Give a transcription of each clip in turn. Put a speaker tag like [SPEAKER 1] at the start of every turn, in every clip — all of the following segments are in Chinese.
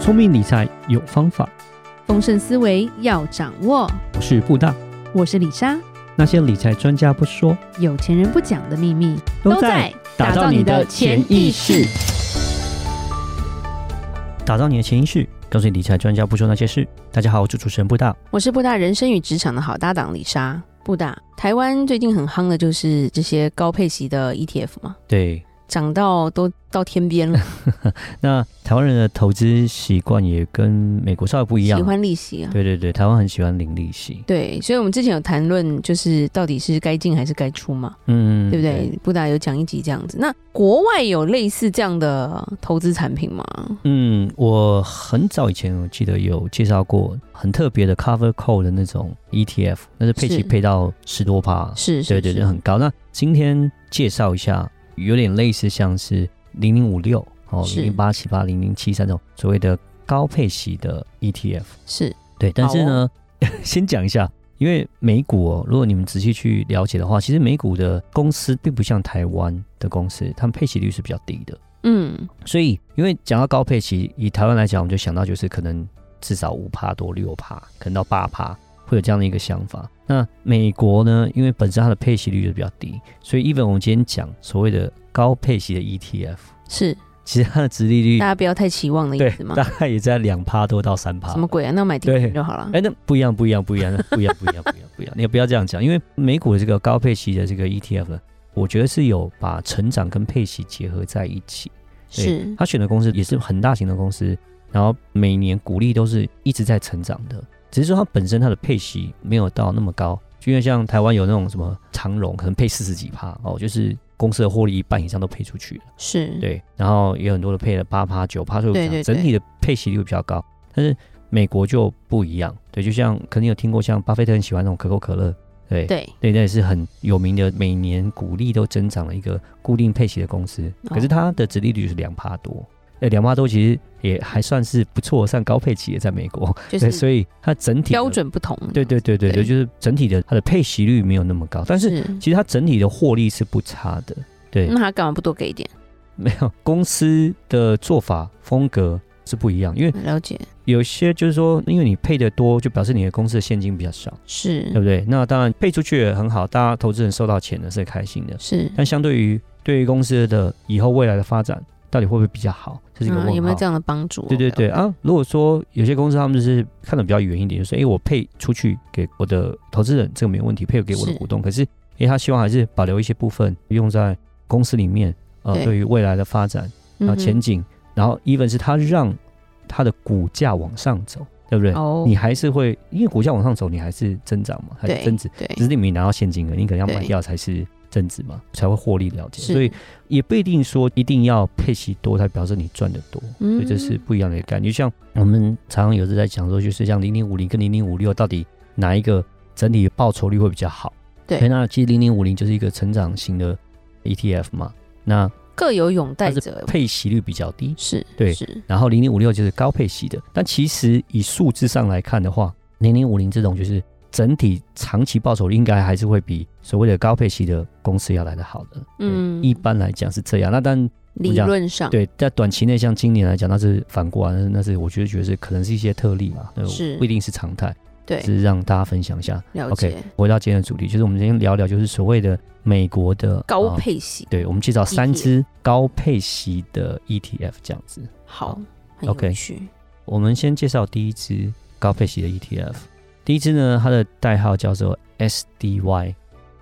[SPEAKER 1] 聪明理财有方法，
[SPEAKER 2] 丰盛思维要掌握。
[SPEAKER 1] 我是布大。
[SPEAKER 2] 我是李莎，
[SPEAKER 1] 那些理财专家不说，
[SPEAKER 2] 有钱人不讲的秘密
[SPEAKER 1] 打造你的潜意识。，打造你的潜意识，告诉你理财专家不说那些事。大家好，我是主持人布大。
[SPEAKER 2] 我是布大人生与职场的好搭档李莎。布大，台湾最近很夯的就是这些高配息的 ETF 嘛，
[SPEAKER 1] 对，
[SPEAKER 2] 涨到都到天边了，
[SPEAKER 1] 那台湾人的投资习惯也跟美国稍微不 一样
[SPEAKER 2] 喜。欢利息啊。
[SPEAKER 1] 对对对，台湾很喜欢零利息。
[SPEAKER 2] 对，所以我们之前有谈论，就是到底是该进还是该出嘛，
[SPEAKER 1] 嗯，
[SPEAKER 2] 对不对？？布达有讲一集这样子。那国外有类似这样的投资产品吗？
[SPEAKER 1] 嗯，我很早以前我记得有介绍过很特别的 Cover Call 的那种 ETF，那是配
[SPEAKER 2] 是
[SPEAKER 1] 息配到十多趴，
[SPEAKER 2] 是，是
[SPEAKER 1] 对对对，很高。那今天介绍一下，有点类似像是零零五六哦，
[SPEAKER 2] 是
[SPEAKER 1] 零零八七八、零零七三这种所谓的高配息的 ETF。
[SPEAKER 2] 是是
[SPEAKER 1] 对，但是呢，
[SPEAKER 2] 哦
[SPEAKER 1] 先讲一下，因为美股哦，如果你们仔细去了解的话，其实美股的公司并不像台湾的公司，他们配息率是比较低的。
[SPEAKER 2] 嗯，
[SPEAKER 1] 所以，因为讲到高配息，以台湾来讲，我们就想到就是可能至少五趴多六趴，可能到八趴，会有这样的一个想法。那美国呢，因为本身它的配息率就比较低，所以 even 我们今天讲所谓的高配息的 ETF，
[SPEAKER 2] 是，
[SPEAKER 1] 其实它的殖利率
[SPEAKER 2] 大家不要太期望的
[SPEAKER 1] 嗯
[SPEAKER 2] 意
[SPEAKER 1] 对
[SPEAKER 2] 思嘛。
[SPEAKER 1] 大概也在两趴多到三趴
[SPEAKER 2] 什。么鬼啊？那我买定
[SPEAKER 1] 对
[SPEAKER 2] 存就好了。
[SPEAKER 1] 哎，那不一样，不一样，不一样，那不一样，不一样，不一样，不一样。你也不要这样讲，因为美股的这个高配息的这个 ETF 呢，我觉得是有把成长跟配息结合在一起。对
[SPEAKER 2] 是
[SPEAKER 1] 他选的公司也是很大型的公司，然后每年股利都是一直在成长的，只是说它本身它的配息没有到那么高，就因为像台湾有那种什么长荣可能配四十几趴哦，就是公司的获利一半以上都配出去了，
[SPEAKER 2] 是，
[SPEAKER 1] 对，然后也有很多的配了八趴九趴，所以我
[SPEAKER 2] 嗯对
[SPEAKER 1] 讲
[SPEAKER 2] 对对
[SPEAKER 1] 整体的配息率比较高，但是美国就不一样，对，就像肯定有听过像巴菲特很喜欢那种可口可乐，对。
[SPEAKER 2] 对，
[SPEAKER 1] 对，那也是很有名的，每年股利都增长的一个固定配息的公司，
[SPEAKER 2] 哦
[SPEAKER 1] 可是它的殖利率是两趴多，呃，两趴多其实也还算是不错，算高配企业在美国，
[SPEAKER 2] 就
[SPEAKER 1] 对，
[SPEAKER 2] 是
[SPEAKER 1] 所以它整体的
[SPEAKER 2] 标，准不同。
[SPEAKER 1] 对对对对对，
[SPEAKER 2] 对
[SPEAKER 1] 就是整体的它的配息率没有那么高，但是其实它整体的获利是不差的，对，
[SPEAKER 2] 那他干嘛不多给一点？
[SPEAKER 1] 没有公司的做法风格是不一样，因为
[SPEAKER 2] 了解，
[SPEAKER 1] 有些就是说，因为你配的多，就表示你的公司的现金比较少，对
[SPEAKER 2] 是
[SPEAKER 1] 不对？那当然配出去也很好，大家投资人收到钱了是开心的。
[SPEAKER 2] 是，
[SPEAKER 1] 但相对于对于公司的以后未来的发展，到底会不会比较好，这是一个问号。
[SPEAKER 2] 嗯，有没有这样的帮助？
[SPEAKER 1] 对对对啊！如果说有些公司他们就是看得比较远一点，就是哎、诶我配出去给我的投资人，这个没有问题，配给我的
[SPEAKER 2] 是
[SPEAKER 1] 股东。可是，因为他希望还是保留一些部分用在公司里面，呃，
[SPEAKER 2] 对
[SPEAKER 1] 对于未来的发展，然后啊前
[SPEAKER 2] 嗯
[SPEAKER 1] 景，然后 even 是他让他的股价往上走，对不对？
[SPEAKER 2] 哼哦，
[SPEAKER 1] 你还是会因为股价往上走，你还是增长嘛，还是
[SPEAKER 2] 对
[SPEAKER 1] 增值。只
[SPEAKER 2] 对
[SPEAKER 1] 是你没拿到现金而已，你可能要卖
[SPEAKER 2] 对
[SPEAKER 1] 掉才是增值嘛，才会获利了结。
[SPEAKER 2] 是
[SPEAKER 1] 所以也不一定说一定要配息多才表示你赚的多，
[SPEAKER 2] 嗯
[SPEAKER 1] 所以这是不一样的一个概念。就像我们常常有时在讲说，就是像零零五零跟零零五六到底哪一个整体报酬率会比较好？
[SPEAKER 2] 对
[SPEAKER 1] 所以那其实零零五零就是一个成长型的 ETF 嘛，那
[SPEAKER 2] 各有拥戴
[SPEAKER 1] 它是
[SPEAKER 2] 者，
[SPEAKER 1] 配息率比较低，
[SPEAKER 2] 是，
[SPEAKER 1] 对
[SPEAKER 2] 是
[SPEAKER 1] 然后零零五六就是高配息的。但其实以数字上来看的话，零零五零这种就是整体长期报酬率应该还是会比所谓的高配息的公司要来的好的。对
[SPEAKER 2] 嗯
[SPEAKER 1] 一般来讲是这样。那但
[SPEAKER 2] 理论上
[SPEAKER 1] 对，在短期内像今年来讲，那是反过来，那是那是我觉得觉得是可能是一些特例嘛，那
[SPEAKER 2] 是
[SPEAKER 1] 不一定是常态，
[SPEAKER 2] 对
[SPEAKER 1] 只是让大家分享一下。
[SPEAKER 2] 了
[SPEAKER 1] OK，
[SPEAKER 2] 解
[SPEAKER 1] 回到今天的主题，就是我们今天聊聊就是所谓的美国的
[SPEAKER 2] 高。
[SPEAKER 1] 呃
[SPEAKER 2] 配息，
[SPEAKER 1] 对，我们介绍三
[SPEAKER 2] ETF
[SPEAKER 1] 只高配息的 ETF 这样子。
[SPEAKER 2] 好
[SPEAKER 1] 好，
[SPEAKER 2] 很有
[SPEAKER 1] OK
[SPEAKER 2] 趣，
[SPEAKER 1] 我们先介绍第一支高配息的 ETF。第一支呢，它的代号叫做 SDY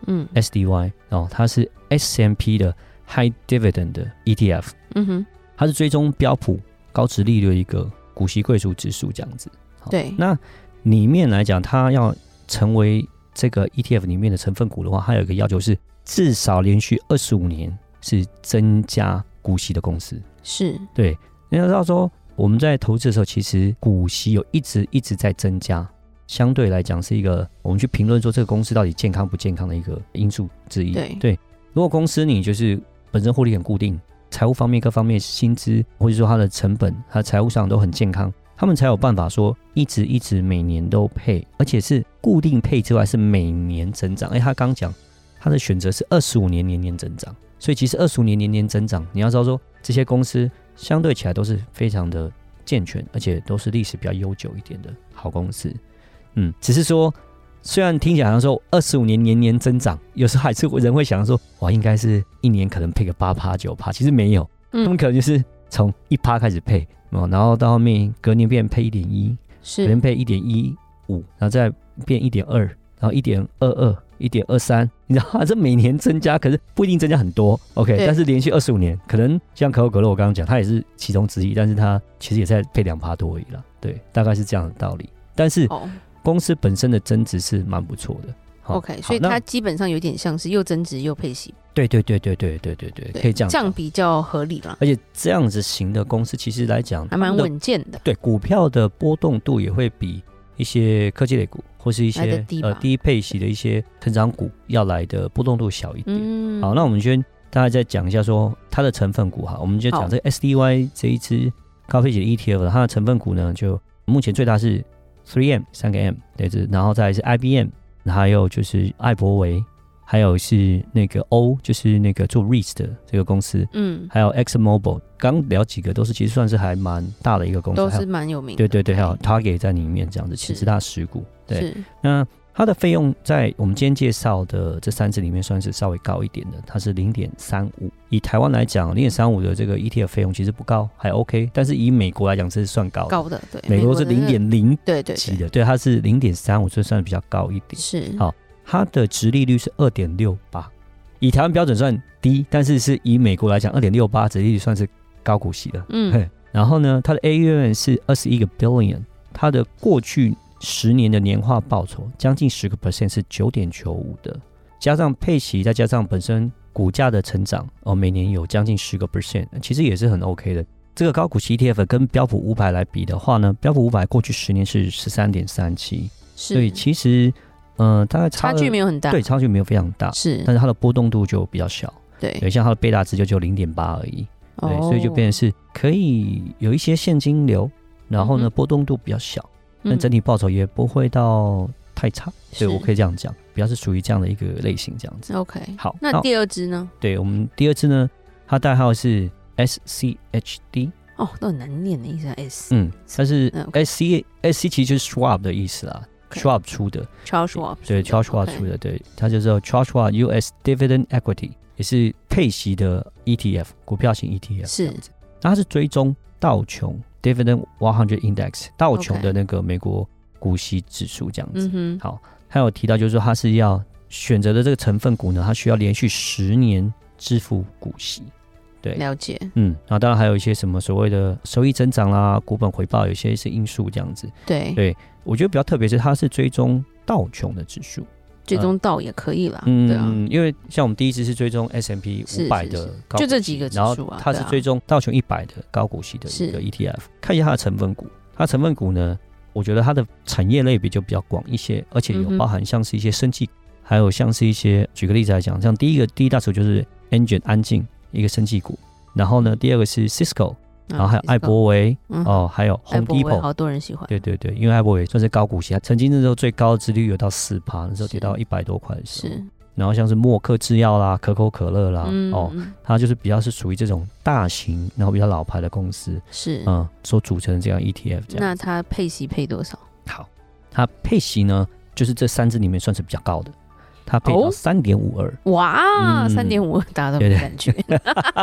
[SPEAKER 2] 嗯
[SPEAKER 1] SDY 哦，它是 S M P 的 High Dividend 的 ETF，
[SPEAKER 2] 嗯哼，
[SPEAKER 1] 它是追踪标普高值利率的一个股息贵属指数这样子。好
[SPEAKER 2] 对
[SPEAKER 1] 那里面来讲，它要成为这个 ETF 里面的成分股的话，它有一个要求是至少连续二十五年是增加股息的公司。
[SPEAKER 2] 是
[SPEAKER 1] 对，你要知道说，我们在投资的时候，其实股息有一直一直在增加，相对来讲是一个我们去评论说这个公司到底健康不健康的一个因素之一。
[SPEAKER 2] 对
[SPEAKER 1] 如果公司你就是本身获利很固定，财务方面各方面薪资或者说它的成本、它财务上都很健康，他们才有办法说一直一直每年都配，而且是固定配之外是每年增长。哎，他刚讲他的选择是二十五年年年增长，所以其实二十五年年年增长，你要知道说这些公司相对起来都是非常的健全，而且都是历史比较悠久一点的好公司。嗯，只是说虽然听起来好像说二十五年年年增长，有时候还是人会想说，哇，应该是一年可能配个八趴九趴，其实没有，他们
[SPEAKER 2] 嗯，
[SPEAKER 1] 可能就是从一趴开始配哦，然后到后面隔年变配一点一，可能
[SPEAKER 2] 是
[SPEAKER 1] 配一点一五，然后再变一点二，然后一点二二，一点二三，你知道吗？这 每年增加，可是不一定增加很多。OK，
[SPEAKER 2] 对
[SPEAKER 1] 但是连续二十五年，可能像可口可乐，我刚刚讲，它也是其中之一，但是它其实也在配两趴多而已啦。对，大概是这样的道理。但是
[SPEAKER 2] 哦
[SPEAKER 1] 公司本身的增值是蛮不错的。好
[SPEAKER 2] ，OK，所以
[SPEAKER 1] 好那
[SPEAKER 2] 它基本上有点像是又增值又配息，
[SPEAKER 1] 对对对对对对对对，可以这样
[SPEAKER 2] 这样
[SPEAKER 1] 讲。
[SPEAKER 2] 比较合理了，
[SPEAKER 1] 而且这样子型的公司，其实来讲
[SPEAKER 2] 还蛮
[SPEAKER 1] 它的
[SPEAKER 2] 稳健的。
[SPEAKER 1] 对股票的波动度也会比一些科技类股或是一
[SPEAKER 2] 来得
[SPEAKER 1] 些
[SPEAKER 2] 低吧
[SPEAKER 1] 呃低配息的一些成长股要来的波动度小一点。
[SPEAKER 2] 嗯，
[SPEAKER 1] 好，那我们先大概再讲一下说它的成分股哈，我们就
[SPEAKER 2] 好
[SPEAKER 1] 讲这 SDY 这一支高配息的 E ETF，它的成分股呢就目前最大是 3M 三个 M 对，这然后再来是 IBM，还有就是艾伯维，还有是那个 O 就是那个做 REITs 的这个公司。
[SPEAKER 2] 嗯，
[SPEAKER 1] 还有 ExxonMobil，刚聊几个都是其实算是还蛮大的一个公司，
[SPEAKER 2] 都
[SPEAKER 1] 还有
[SPEAKER 2] 是蛮有名的。
[SPEAKER 1] 对对对，还有 Target 也在里面这样子，其
[SPEAKER 2] 是
[SPEAKER 1] 实它持股。对，
[SPEAKER 2] 是
[SPEAKER 1] 那它的费用在我们今天介绍的这三只里面算是稍微高一点的，它是零点三五。以台湾来讲，零点三五的这个 ETF 费用其实不高，还 OK，但是以美国来讲这是算高的，
[SPEAKER 2] 高的，对，
[SPEAKER 1] 美国是
[SPEAKER 2] 的那
[SPEAKER 1] 零
[SPEAKER 2] 个，
[SPEAKER 1] 点零
[SPEAKER 2] 对对
[SPEAKER 1] 几
[SPEAKER 2] 对，
[SPEAKER 1] 的，对，它是零点三五，所以算比较高一点。
[SPEAKER 2] 是
[SPEAKER 1] 好它的值利率是二点六八，以台湾标准算低，但是是以美国来讲，二点六八值利率算是高股息的。
[SPEAKER 2] 嗯
[SPEAKER 1] 嘿然后呢，它的 AUM 是二十一个 billion，它的过去十年的年化报酬将近十个 percent 是九点九五的，加上配息，再加上本身股价的成长，哦，每年有将近十个 percent，其实也是很 OK 的。这个高股息 ETF 跟标普五百来比的话呢，标普五百过去十年是十三点三七，所以
[SPEAKER 2] 是，
[SPEAKER 1] 其实，呃，大概差
[SPEAKER 2] 差
[SPEAKER 1] 了
[SPEAKER 2] 距没有很大，
[SPEAKER 1] 对差距没有非常大，
[SPEAKER 2] 是，
[SPEAKER 1] 但是它的波动度就比较小，
[SPEAKER 2] 对，哦
[SPEAKER 1] 对，像它的贝塔值就只有零点八而已。对，所以就变成是可以有一些现金流，然后
[SPEAKER 2] 嗯
[SPEAKER 1] 呢
[SPEAKER 2] 哼嗯
[SPEAKER 1] 波动度比较小，
[SPEAKER 2] 那
[SPEAKER 1] 但整体报酬也不会到太差，所以我可
[SPEAKER 2] 以
[SPEAKER 1] 以这样讲，比较是属于这样的一个类型这样子。
[SPEAKER 2] OK。
[SPEAKER 1] 好，
[SPEAKER 2] 那
[SPEAKER 1] 好
[SPEAKER 2] 第二支呢？
[SPEAKER 1] 对我们第二次呢，它代号是 SCHD，
[SPEAKER 2] 哦，都很难念的意思啊，S
[SPEAKER 1] 嗯，它是
[SPEAKER 2] 嗯，OK
[SPEAKER 1] SC SC 其实就是 Schwab 的意思啦
[SPEAKER 2] OK
[SPEAKER 1] ，Schwab 出的，
[SPEAKER 2] Charles Schwab，
[SPEAKER 1] 对 c h a r c h w a 出的，对，它就是 c h a r c h w a US Dividend Equity，也是配息的 ETF，股票型 E ETF
[SPEAKER 2] 是
[SPEAKER 1] 这样子。那它是追踪道琼 Dividend 100 Index 道琼
[SPEAKER 2] OK
[SPEAKER 1] 的那个美国股息指数这样子。
[SPEAKER 2] 嗯哼，
[SPEAKER 1] 好，还有提到就是说它是要选择的这个成分股呢，它需要连续十年支付股息。对，
[SPEAKER 2] 了解，
[SPEAKER 1] 嗯，然后当然还有一些什么所谓的收益增长啦、股本回报，有些是因素这样子。
[SPEAKER 2] 对，
[SPEAKER 1] 对嗯我觉得比较特别是它是追踪道琼的指数。
[SPEAKER 2] 最终到也可以啦，对啊，
[SPEAKER 1] 嗯，因为像我们第一次是追踪 S M P
[SPEAKER 2] 是
[SPEAKER 1] 五百
[SPEAKER 2] 是是
[SPEAKER 1] 的高股息，
[SPEAKER 2] 就这几个指数
[SPEAKER 1] 然
[SPEAKER 2] 啊
[SPEAKER 1] 后它
[SPEAKER 2] 对
[SPEAKER 1] 是
[SPEAKER 2] 啊
[SPEAKER 1] 追踪道琼一百的高股息的一个
[SPEAKER 2] 是
[SPEAKER 1] E T F。看一下它的成分股，它成分股呢，我觉得它的产业类别就比较广一些，而且
[SPEAKER 2] 嗯
[SPEAKER 1] 有
[SPEAKER 2] 哼
[SPEAKER 1] 包含像是一些生技，还有像是一些，举个例子来讲，像第一个第一大手就是 Engine 安静一个生技股，然后呢，第二个是 Cisco，然后还有艾伯维，
[SPEAKER 2] 啊嗯，
[SPEAKER 1] 哦，还有
[SPEAKER 2] 艾
[SPEAKER 1] Home
[SPEAKER 2] 伯维
[SPEAKER 1] Depot。
[SPEAKER 2] 好多人喜欢，
[SPEAKER 1] 对对对，因为艾伯维算是高股息，它曾经那时候最高的殖利率有到四趴，那时候跌
[SPEAKER 2] 是
[SPEAKER 1] 到一百多块的时候。
[SPEAKER 2] 是，
[SPEAKER 1] 然后像是默克制药啦、可口可乐啦，
[SPEAKER 2] 嗯，
[SPEAKER 1] 哦，
[SPEAKER 2] 嗯
[SPEAKER 1] 它就是比较是属于这种大型，然后比较老牌的公司，
[SPEAKER 2] 是，
[SPEAKER 1] 嗯，所组成的这样 ETF 这样。
[SPEAKER 2] 那它配息配多少？
[SPEAKER 1] 好，它配息呢，就是这三只里面算是比较高的，它配
[SPEAKER 2] 哦
[SPEAKER 1] 到三点五二。
[SPEAKER 2] 哇，
[SPEAKER 1] 嗯
[SPEAKER 2] 三点五，大家都没
[SPEAKER 1] 对对
[SPEAKER 2] 感觉，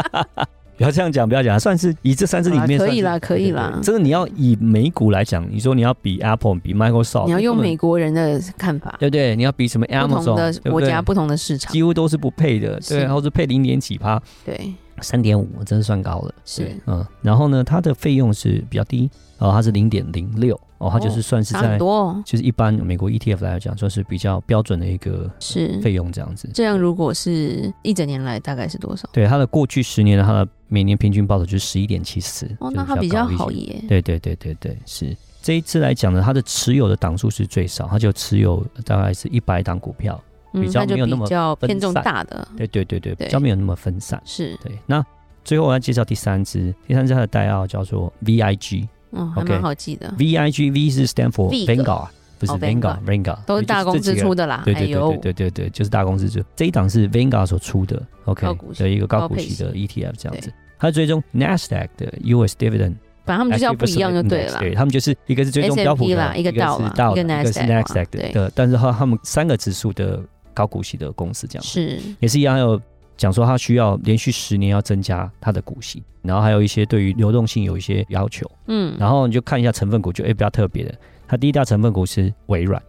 [SPEAKER 1] 不要这样讲，不要讲，算是以这三只里面
[SPEAKER 2] 好啦
[SPEAKER 1] 算是
[SPEAKER 2] 啊可以啦可以啦
[SPEAKER 1] 对对对真的，你要以美股来讲，你说你要比 Apple、比 Microsoft，
[SPEAKER 2] 你要用
[SPEAKER 1] 根本
[SPEAKER 2] 美，国人的看法，
[SPEAKER 1] 哦对不对？你要比什么
[SPEAKER 2] 不
[SPEAKER 1] Amazon，
[SPEAKER 2] 同的
[SPEAKER 1] 对不
[SPEAKER 2] 国
[SPEAKER 1] 对
[SPEAKER 2] 家、不同的市场，
[SPEAKER 1] 几乎都是不配的，
[SPEAKER 2] 是
[SPEAKER 1] 对，然后是配零点几趴，
[SPEAKER 2] 对，
[SPEAKER 1] 三点五，真是算高了。
[SPEAKER 2] 是
[SPEAKER 1] 对，嗯，然后呢，它的费用是比较低，哦，它是零点零六，哦，它就是算是
[SPEAKER 2] 差
[SPEAKER 1] 在，
[SPEAKER 2] 很多哦，
[SPEAKER 1] 就是一般美国 ETF 来讲，算是比较标准的一个
[SPEAKER 2] 是。
[SPEAKER 1] 费用这样子。
[SPEAKER 2] 这样如果是一整年来大概是多少？
[SPEAKER 1] 对它的过去十年的，它的每年平均报酬就是十一点七四，
[SPEAKER 2] 哦，
[SPEAKER 1] 就是
[SPEAKER 2] 那它比较
[SPEAKER 1] 高一些
[SPEAKER 2] 好耶。
[SPEAKER 1] 对对对对对，是这一次来讲呢，它的持有的档数是最少，它就持有大概是一百档股票。
[SPEAKER 2] 嗯，
[SPEAKER 1] 比较
[SPEAKER 2] 那就
[SPEAKER 1] 没有那么
[SPEAKER 2] 比较
[SPEAKER 1] 分
[SPEAKER 2] 偏重
[SPEAKER 1] 散
[SPEAKER 2] 大的，
[SPEAKER 1] 对对对对，
[SPEAKER 2] 嗯对
[SPEAKER 1] 比较没有那么分散。
[SPEAKER 2] 是，
[SPEAKER 1] 对，那最后我要介绍第三支，第三支它的代号叫做 VIG。
[SPEAKER 2] 嗯，还
[SPEAKER 1] OK
[SPEAKER 2] 蛮好记的，
[SPEAKER 1] VIG V 是 stand for
[SPEAKER 2] Vig
[SPEAKER 1] Vanguard，不是
[SPEAKER 2] 哦
[SPEAKER 1] Vanguard Vanguard，
[SPEAKER 2] 都是大公司出
[SPEAKER 1] 的。
[SPEAKER 2] 的啦。
[SPEAKER 1] 对
[SPEAKER 2] 哎
[SPEAKER 1] 对
[SPEAKER 2] 呦
[SPEAKER 1] 对，对对对，就是大公司出。这一档是 Vanguard 所出的
[SPEAKER 2] 高
[SPEAKER 1] ，OK
[SPEAKER 2] 股息
[SPEAKER 1] 的一个高股 E
[SPEAKER 2] 高配
[SPEAKER 1] 息
[SPEAKER 2] 息
[SPEAKER 1] 的 ETF 这样子。它追踪 Nasdaq 的 US Dividend
[SPEAKER 2] 反正他们就是要不一样就对了啦。
[SPEAKER 1] 对他们就是一个是追踪
[SPEAKER 2] S&P
[SPEAKER 1] 标普
[SPEAKER 2] 啦
[SPEAKER 1] 的，
[SPEAKER 2] 一个
[SPEAKER 1] 是
[SPEAKER 2] 道嘛
[SPEAKER 1] 道的，
[SPEAKER 2] 一个
[SPEAKER 1] 一个是
[SPEAKER 2] NASDAQ 嘛
[SPEAKER 1] Nasdaq 的
[SPEAKER 2] 对
[SPEAKER 1] 的，但是它他们三个指数的高股息的公司这样。
[SPEAKER 2] 是，
[SPEAKER 1] 也是一样，还有讲说它需要连续十年要增加它的股息，然后还有一些对于流动性有一些要求，
[SPEAKER 2] 嗯，
[SPEAKER 1] 然后你就看一下成分股，就哎、比较特别的，它第一大成分股是微 软，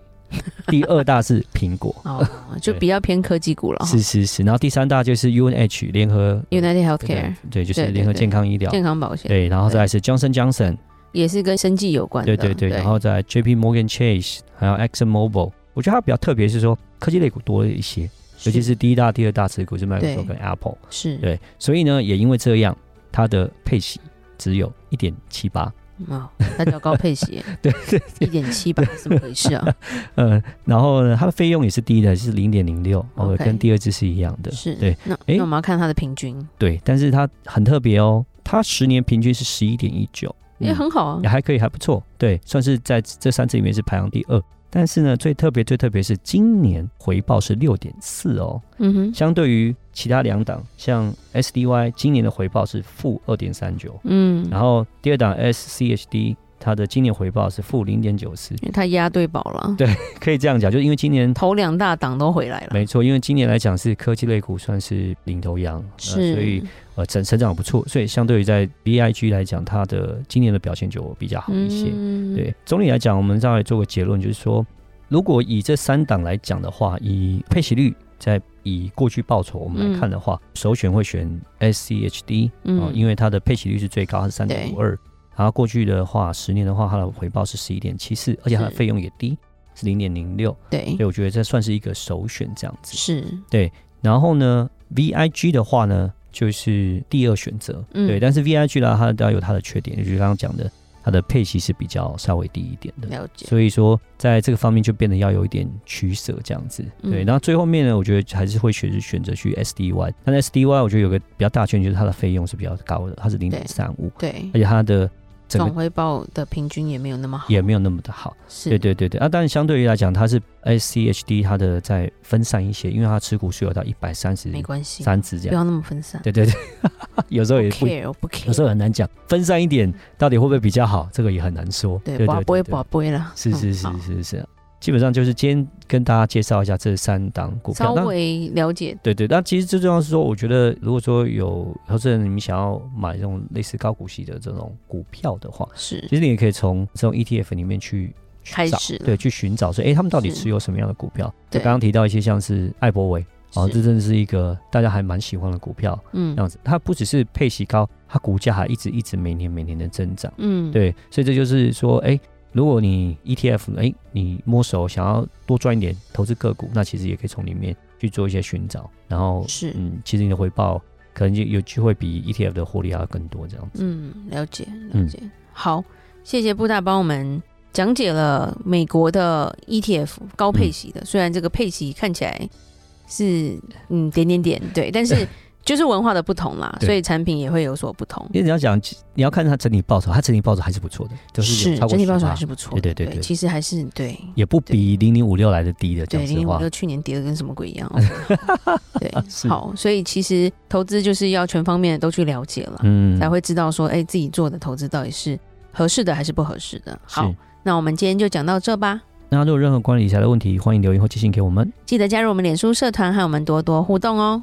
[SPEAKER 1] 第二大是苹果，
[SPEAKER 2] 哦，就
[SPEAKER 1] 对
[SPEAKER 2] 比较偏科技股了哈。
[SPEAKER 1] 是是是，然后第三大就是 UNH 联合对
[SPEAKER 2] United
[SPEAKER 1] 对
[SPEAKER 2] Healthcare
[SPEAKER 1] 对，就是
[SPEAKER 2] 对
[SPEAKER 1] 联合
[SPEAKER 2] 对
[SPEAKER 1] 健康医疗。
[SPEAKER 2] 健康保险，
[SPEAKER 1] 对，然后再来是 Johnson Johnson，
[SPEAKER 2] 也是跟生计有关的。
[SPEAKER 1] 对对对，然后再来 J P Morgan Chase，还有 Exxon Mobil。我觉得它比较特别是说科技类股多了一些，尤其是第一大、第二大持股是 Microsoft 跟 Apple。
[SPEAKER 2] 是，
[SPEAKER 1] 对，所以呢，也因为这样，它的配息只有一点七八，
[SPEAKER 2] 哦，它叫高配息，
[SPEAKER 1] 对
[SPEAKER 2] 对，一点七吧，怎么回事啊？
[SPEAKER 1] 呃，然后呢，它的费用也是低的，是零点零六，哦，
[SPEAKER 2] OK
[SPEAKER 1] 跟第二支是一样的，
[SPEAKER 2] 是，
[SPEAKER 1] 对，
[SPEAKER 2] 那
[SPEAKER 1] 诶嗯
[SPEAKER 2] 那我们要看它的平均，
[SPEAKER 1] 对，但是它很特别哦，它十年平均是十一点一九，嗯
[SPEAKER 2] 也很好啊
[SPEAKER 1] 也，还可以，还不错，对，算是在这三只里面是排行第二。但是呢，最特别、最特别是今年回报是六点四哦，
[SPEAKER 2] 嗯哼，
[SPEAKER 1] 相对于其他两档，像 SDY 今年的回报是负二点三九，
[SPEAKER 2] 嗯，
[SPEAKER 1] 然后第二档 SCHD 它的今年回报是负零点九四，
[SPEAKER 2] 因为它压对宝了，
[SPEAKER 1] 对可以这样讲，就因为今年
[SPEAKER 2] 头两大档都回来了，
[SPEAKER 1] 没错，因为今年来讲是科技类股算是领头羊，呃
[SPEAKER 2] 是，
[SPEAKER 1] 所以呃成成长不错，所以相对于在 B I G 来讲，它的今年的表现就比较好一些。
[SPEAKER 2] 嗯，
[SPEAKER 1] 对，总体来讲，我们再来做个结论，就是说，如果以这三档来讲的话，以配息率在以过去报酬我们来看的话，首选会选 S C H D，
[SPEAKER 2] 嗯
[SPEAKER 1] 哦，因为它的配息率是最高，它是三
[SPEAKER 2] 对
[SPEAKER 1] 点五二。然后过去的话，十年的话，它的回报是十一点七四，而且它的
[SPEAKER 2] 是
[SPEAKER 1] 费用也低，是零点零六。
[SPEAKER 2] 对
[SPEAKER 1] 所以我觉得这算是一个首选这样子。
[SPEAKER 2] 是，
[SPEAKER 1] 然后呢，VIG 的话呢，就是第二选择，
[SPEAKER 2] 嗯
[SPEAKER 1] 对。但是 VIG 啦，它它有它的缺点，就是刚刚讲的，它的配息是比较稍微低一点的。
[SPEAKER 2] 了解，
[SPEAKER 1] 所以说，在这个方面就变得要有一点取舍这样子，
[SPEAKER 2] 嗯
[SPEAKER 1] 对。然后最后面呢，我觉得还是会选选择去 SDY，但 SDY 我觉得有个比较大的缺点就是它的费用是比较高的，它是零点三五，
[SPEAKER 2] 对
[SPEAKER 1] 而，且它的哎整
[SPEAKER 2] 总
[SPEAKER 1] 个
[SPEAKER 2] 回报的平均也没有那么好，
[SPEAKER 1] 也没有那么的好。
[SPEAKER 2] 是，
[SPEAKER 1] 对对对对，啊，但相对于来讲，它是 SCHD 它的再分散一些，因为它持股数有到一百三十
[SPEAKER 2] 没关系，
[SPEAKER 1] 三只这
[SPEAKER 2] 不
[SPEAKER 1] 样。
[SPEAKER 2] 要那么分散，
[SPEAKER 1] 对对 对，有时候也不，
[SPEAKER 2] care，我不
[SPEAKER 1] 有时
[SPEAKER 2] care，
[SPEAKER 1] 候很难讲，分散一点到底会不会比较好，这个也很难说。
[SPEAKER 2] 对，宝贝
[SPEAKER 1] 对
[SPEAKER 2] 宝贝了，
[SPEAKER 1] 是是
[SPEAKER 2] 嗯
[SPEAKER 1] 是
[SPEAKER 2] 好
[SPEAKER 1] 是是，基本上就是今天跟大家介绍一下这三档股
[SPEAKER 2] 稍
[SPEAKER 1] 票。那
[SPEAKER 2] 微了解，
[SPEAKER 1] 对对，那其实最重要是说，我觉得如果说有投资人你们想要买这种类似高股息的这种股票的话，
[SPEAKER 2] 是
[SPEAKER 1] 其实你也可以从这种 ETF 里面去去
[SPEAKER 2] 嗯开
[SPEAKER 1] 找
[SPEAKER 2] 始了
[SPEAKER 1] 对，去寻找说，哎，他们到底
[SPEAKER 2] 是
[SPEAKER 1] 持有什么样的股票？就
[SPEAKER 2] 对
[SPEAKER 1] 刚刚提到一些像是艾伯维，哦，
[SPEAKER 2] 是
[SPEAKER 1] 这真的是一个大家还蛮喜欢的股票，
[SPEAKER 2] 嗯
[SPEAKER 1] 这样子，它不只是配息高，它股价还一直一直每年每年的增长。
[SPEAKER 2] 嗯，
[SPEAKER 1] 对，所以这就是说，哎、如果你 ETF，哎、你摸手想要多赚一点，投资个股，那其实也可以从里面去做一些寻找，然后，
[SPEAKER 2] 是，
[SPEAKER 1] 嗯，其实你的回报可能就有机会比 ETF 的获利还要更多，这样子。
[SPEAKER 2] 嗯，了解了
[SPEAKER 1] 嗯
[SPEAKER 2] 解。好，谢谢布大帮我们讲解了美国的 ETF 高
[SPEAKER 1] 嗯
[SPEAKER 2] 配息的，虽然这个配息看起来是嗯点点点对，但 是就是文化的不同啦，
[SPEAKER 1] 对
[SPEAKER 2] 所以产品也会有所不同。
[SPEAKER 1] 因为你要讲，你要看它整体报酬，它整体报酬还是不错的，就是有超过
[SPEAKER 2] 整体报酬
[SPEAKER 1] 10%
[SPEAKER 2] 还是不错的，
[SPEAKER 1] 对对对对
[SPEAKER 2] 其实还是对。
[SPEAKER 1] 也不比零零五六来的低的，
[SPEAKER 2] 对，
[SPEAKER 1] 讲
[SPEAKER 2] 零
[SPEAKER 1] 实
[SPEAKER 2] 零五
[SPEAKER 1] 话
[SPEAKER 2] 六，去年跌的跟什么鬼一样。哦 对，
[SPEAKER 1] 是
[SPEAKER 2] 好，所以其实投资就是要全方面的都去了解了，
[SPEAKER 1] 嗯
[SPEAKER 2] 才会知道说，哎、自己做的投资到底是合适的还是不合适的。好
[SPEAKER 1] 是，
[SPEAKER 2] 那我们今天就讲到这吧。
[SPEAKER 1] 那如果有任何关于理财的问题，欢迎留言或寄信给我们，
[SPEAKER 2] 记得加入我们脸书社团和我们多多互动哦。